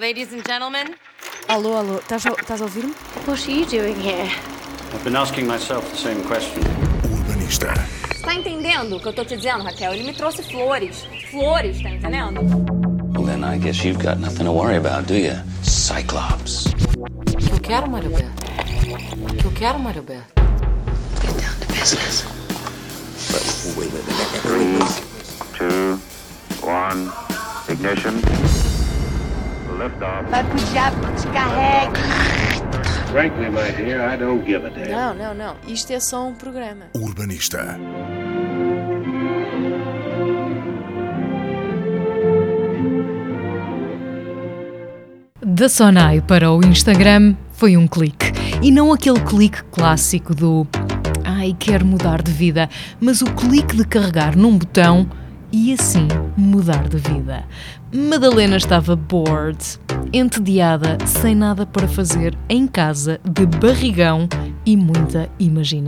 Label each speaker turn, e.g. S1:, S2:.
S1: Ladies and gentlemen,
S2: Alô, alô, estás a, estás a ouvir-me?
S3: What are you doing here?
S4: I've been asking myself the same question.
S5: O urbanista.
S6: Tá entendendo o que eu tô te dizendo, Raquel? Ele me trouxe flores. Flores, tá entendendo?
S7: Well, then I guess you've got nothing to worry about, do you? Cyclops.
S8: Eu quero, Mário Beto. Eu quero, Mário Beto.
S3: Get down to business.
S9: two, one, ignition. Liftoff.
S4: Frankly, my dear, I don't give a damn.
S2: Não, não, não. Isto é só um programa.
S5: O urbanista.
S10: Da Sonai para o Instagram foi um clique. E não aquele clique clássico do ai, quero mudar de vida, mas o clique de carregar num botão e assim mudar de vida. Madalena estava bored, entediada, sem nada para fazer, em casa, de barrigão e muita imaginação.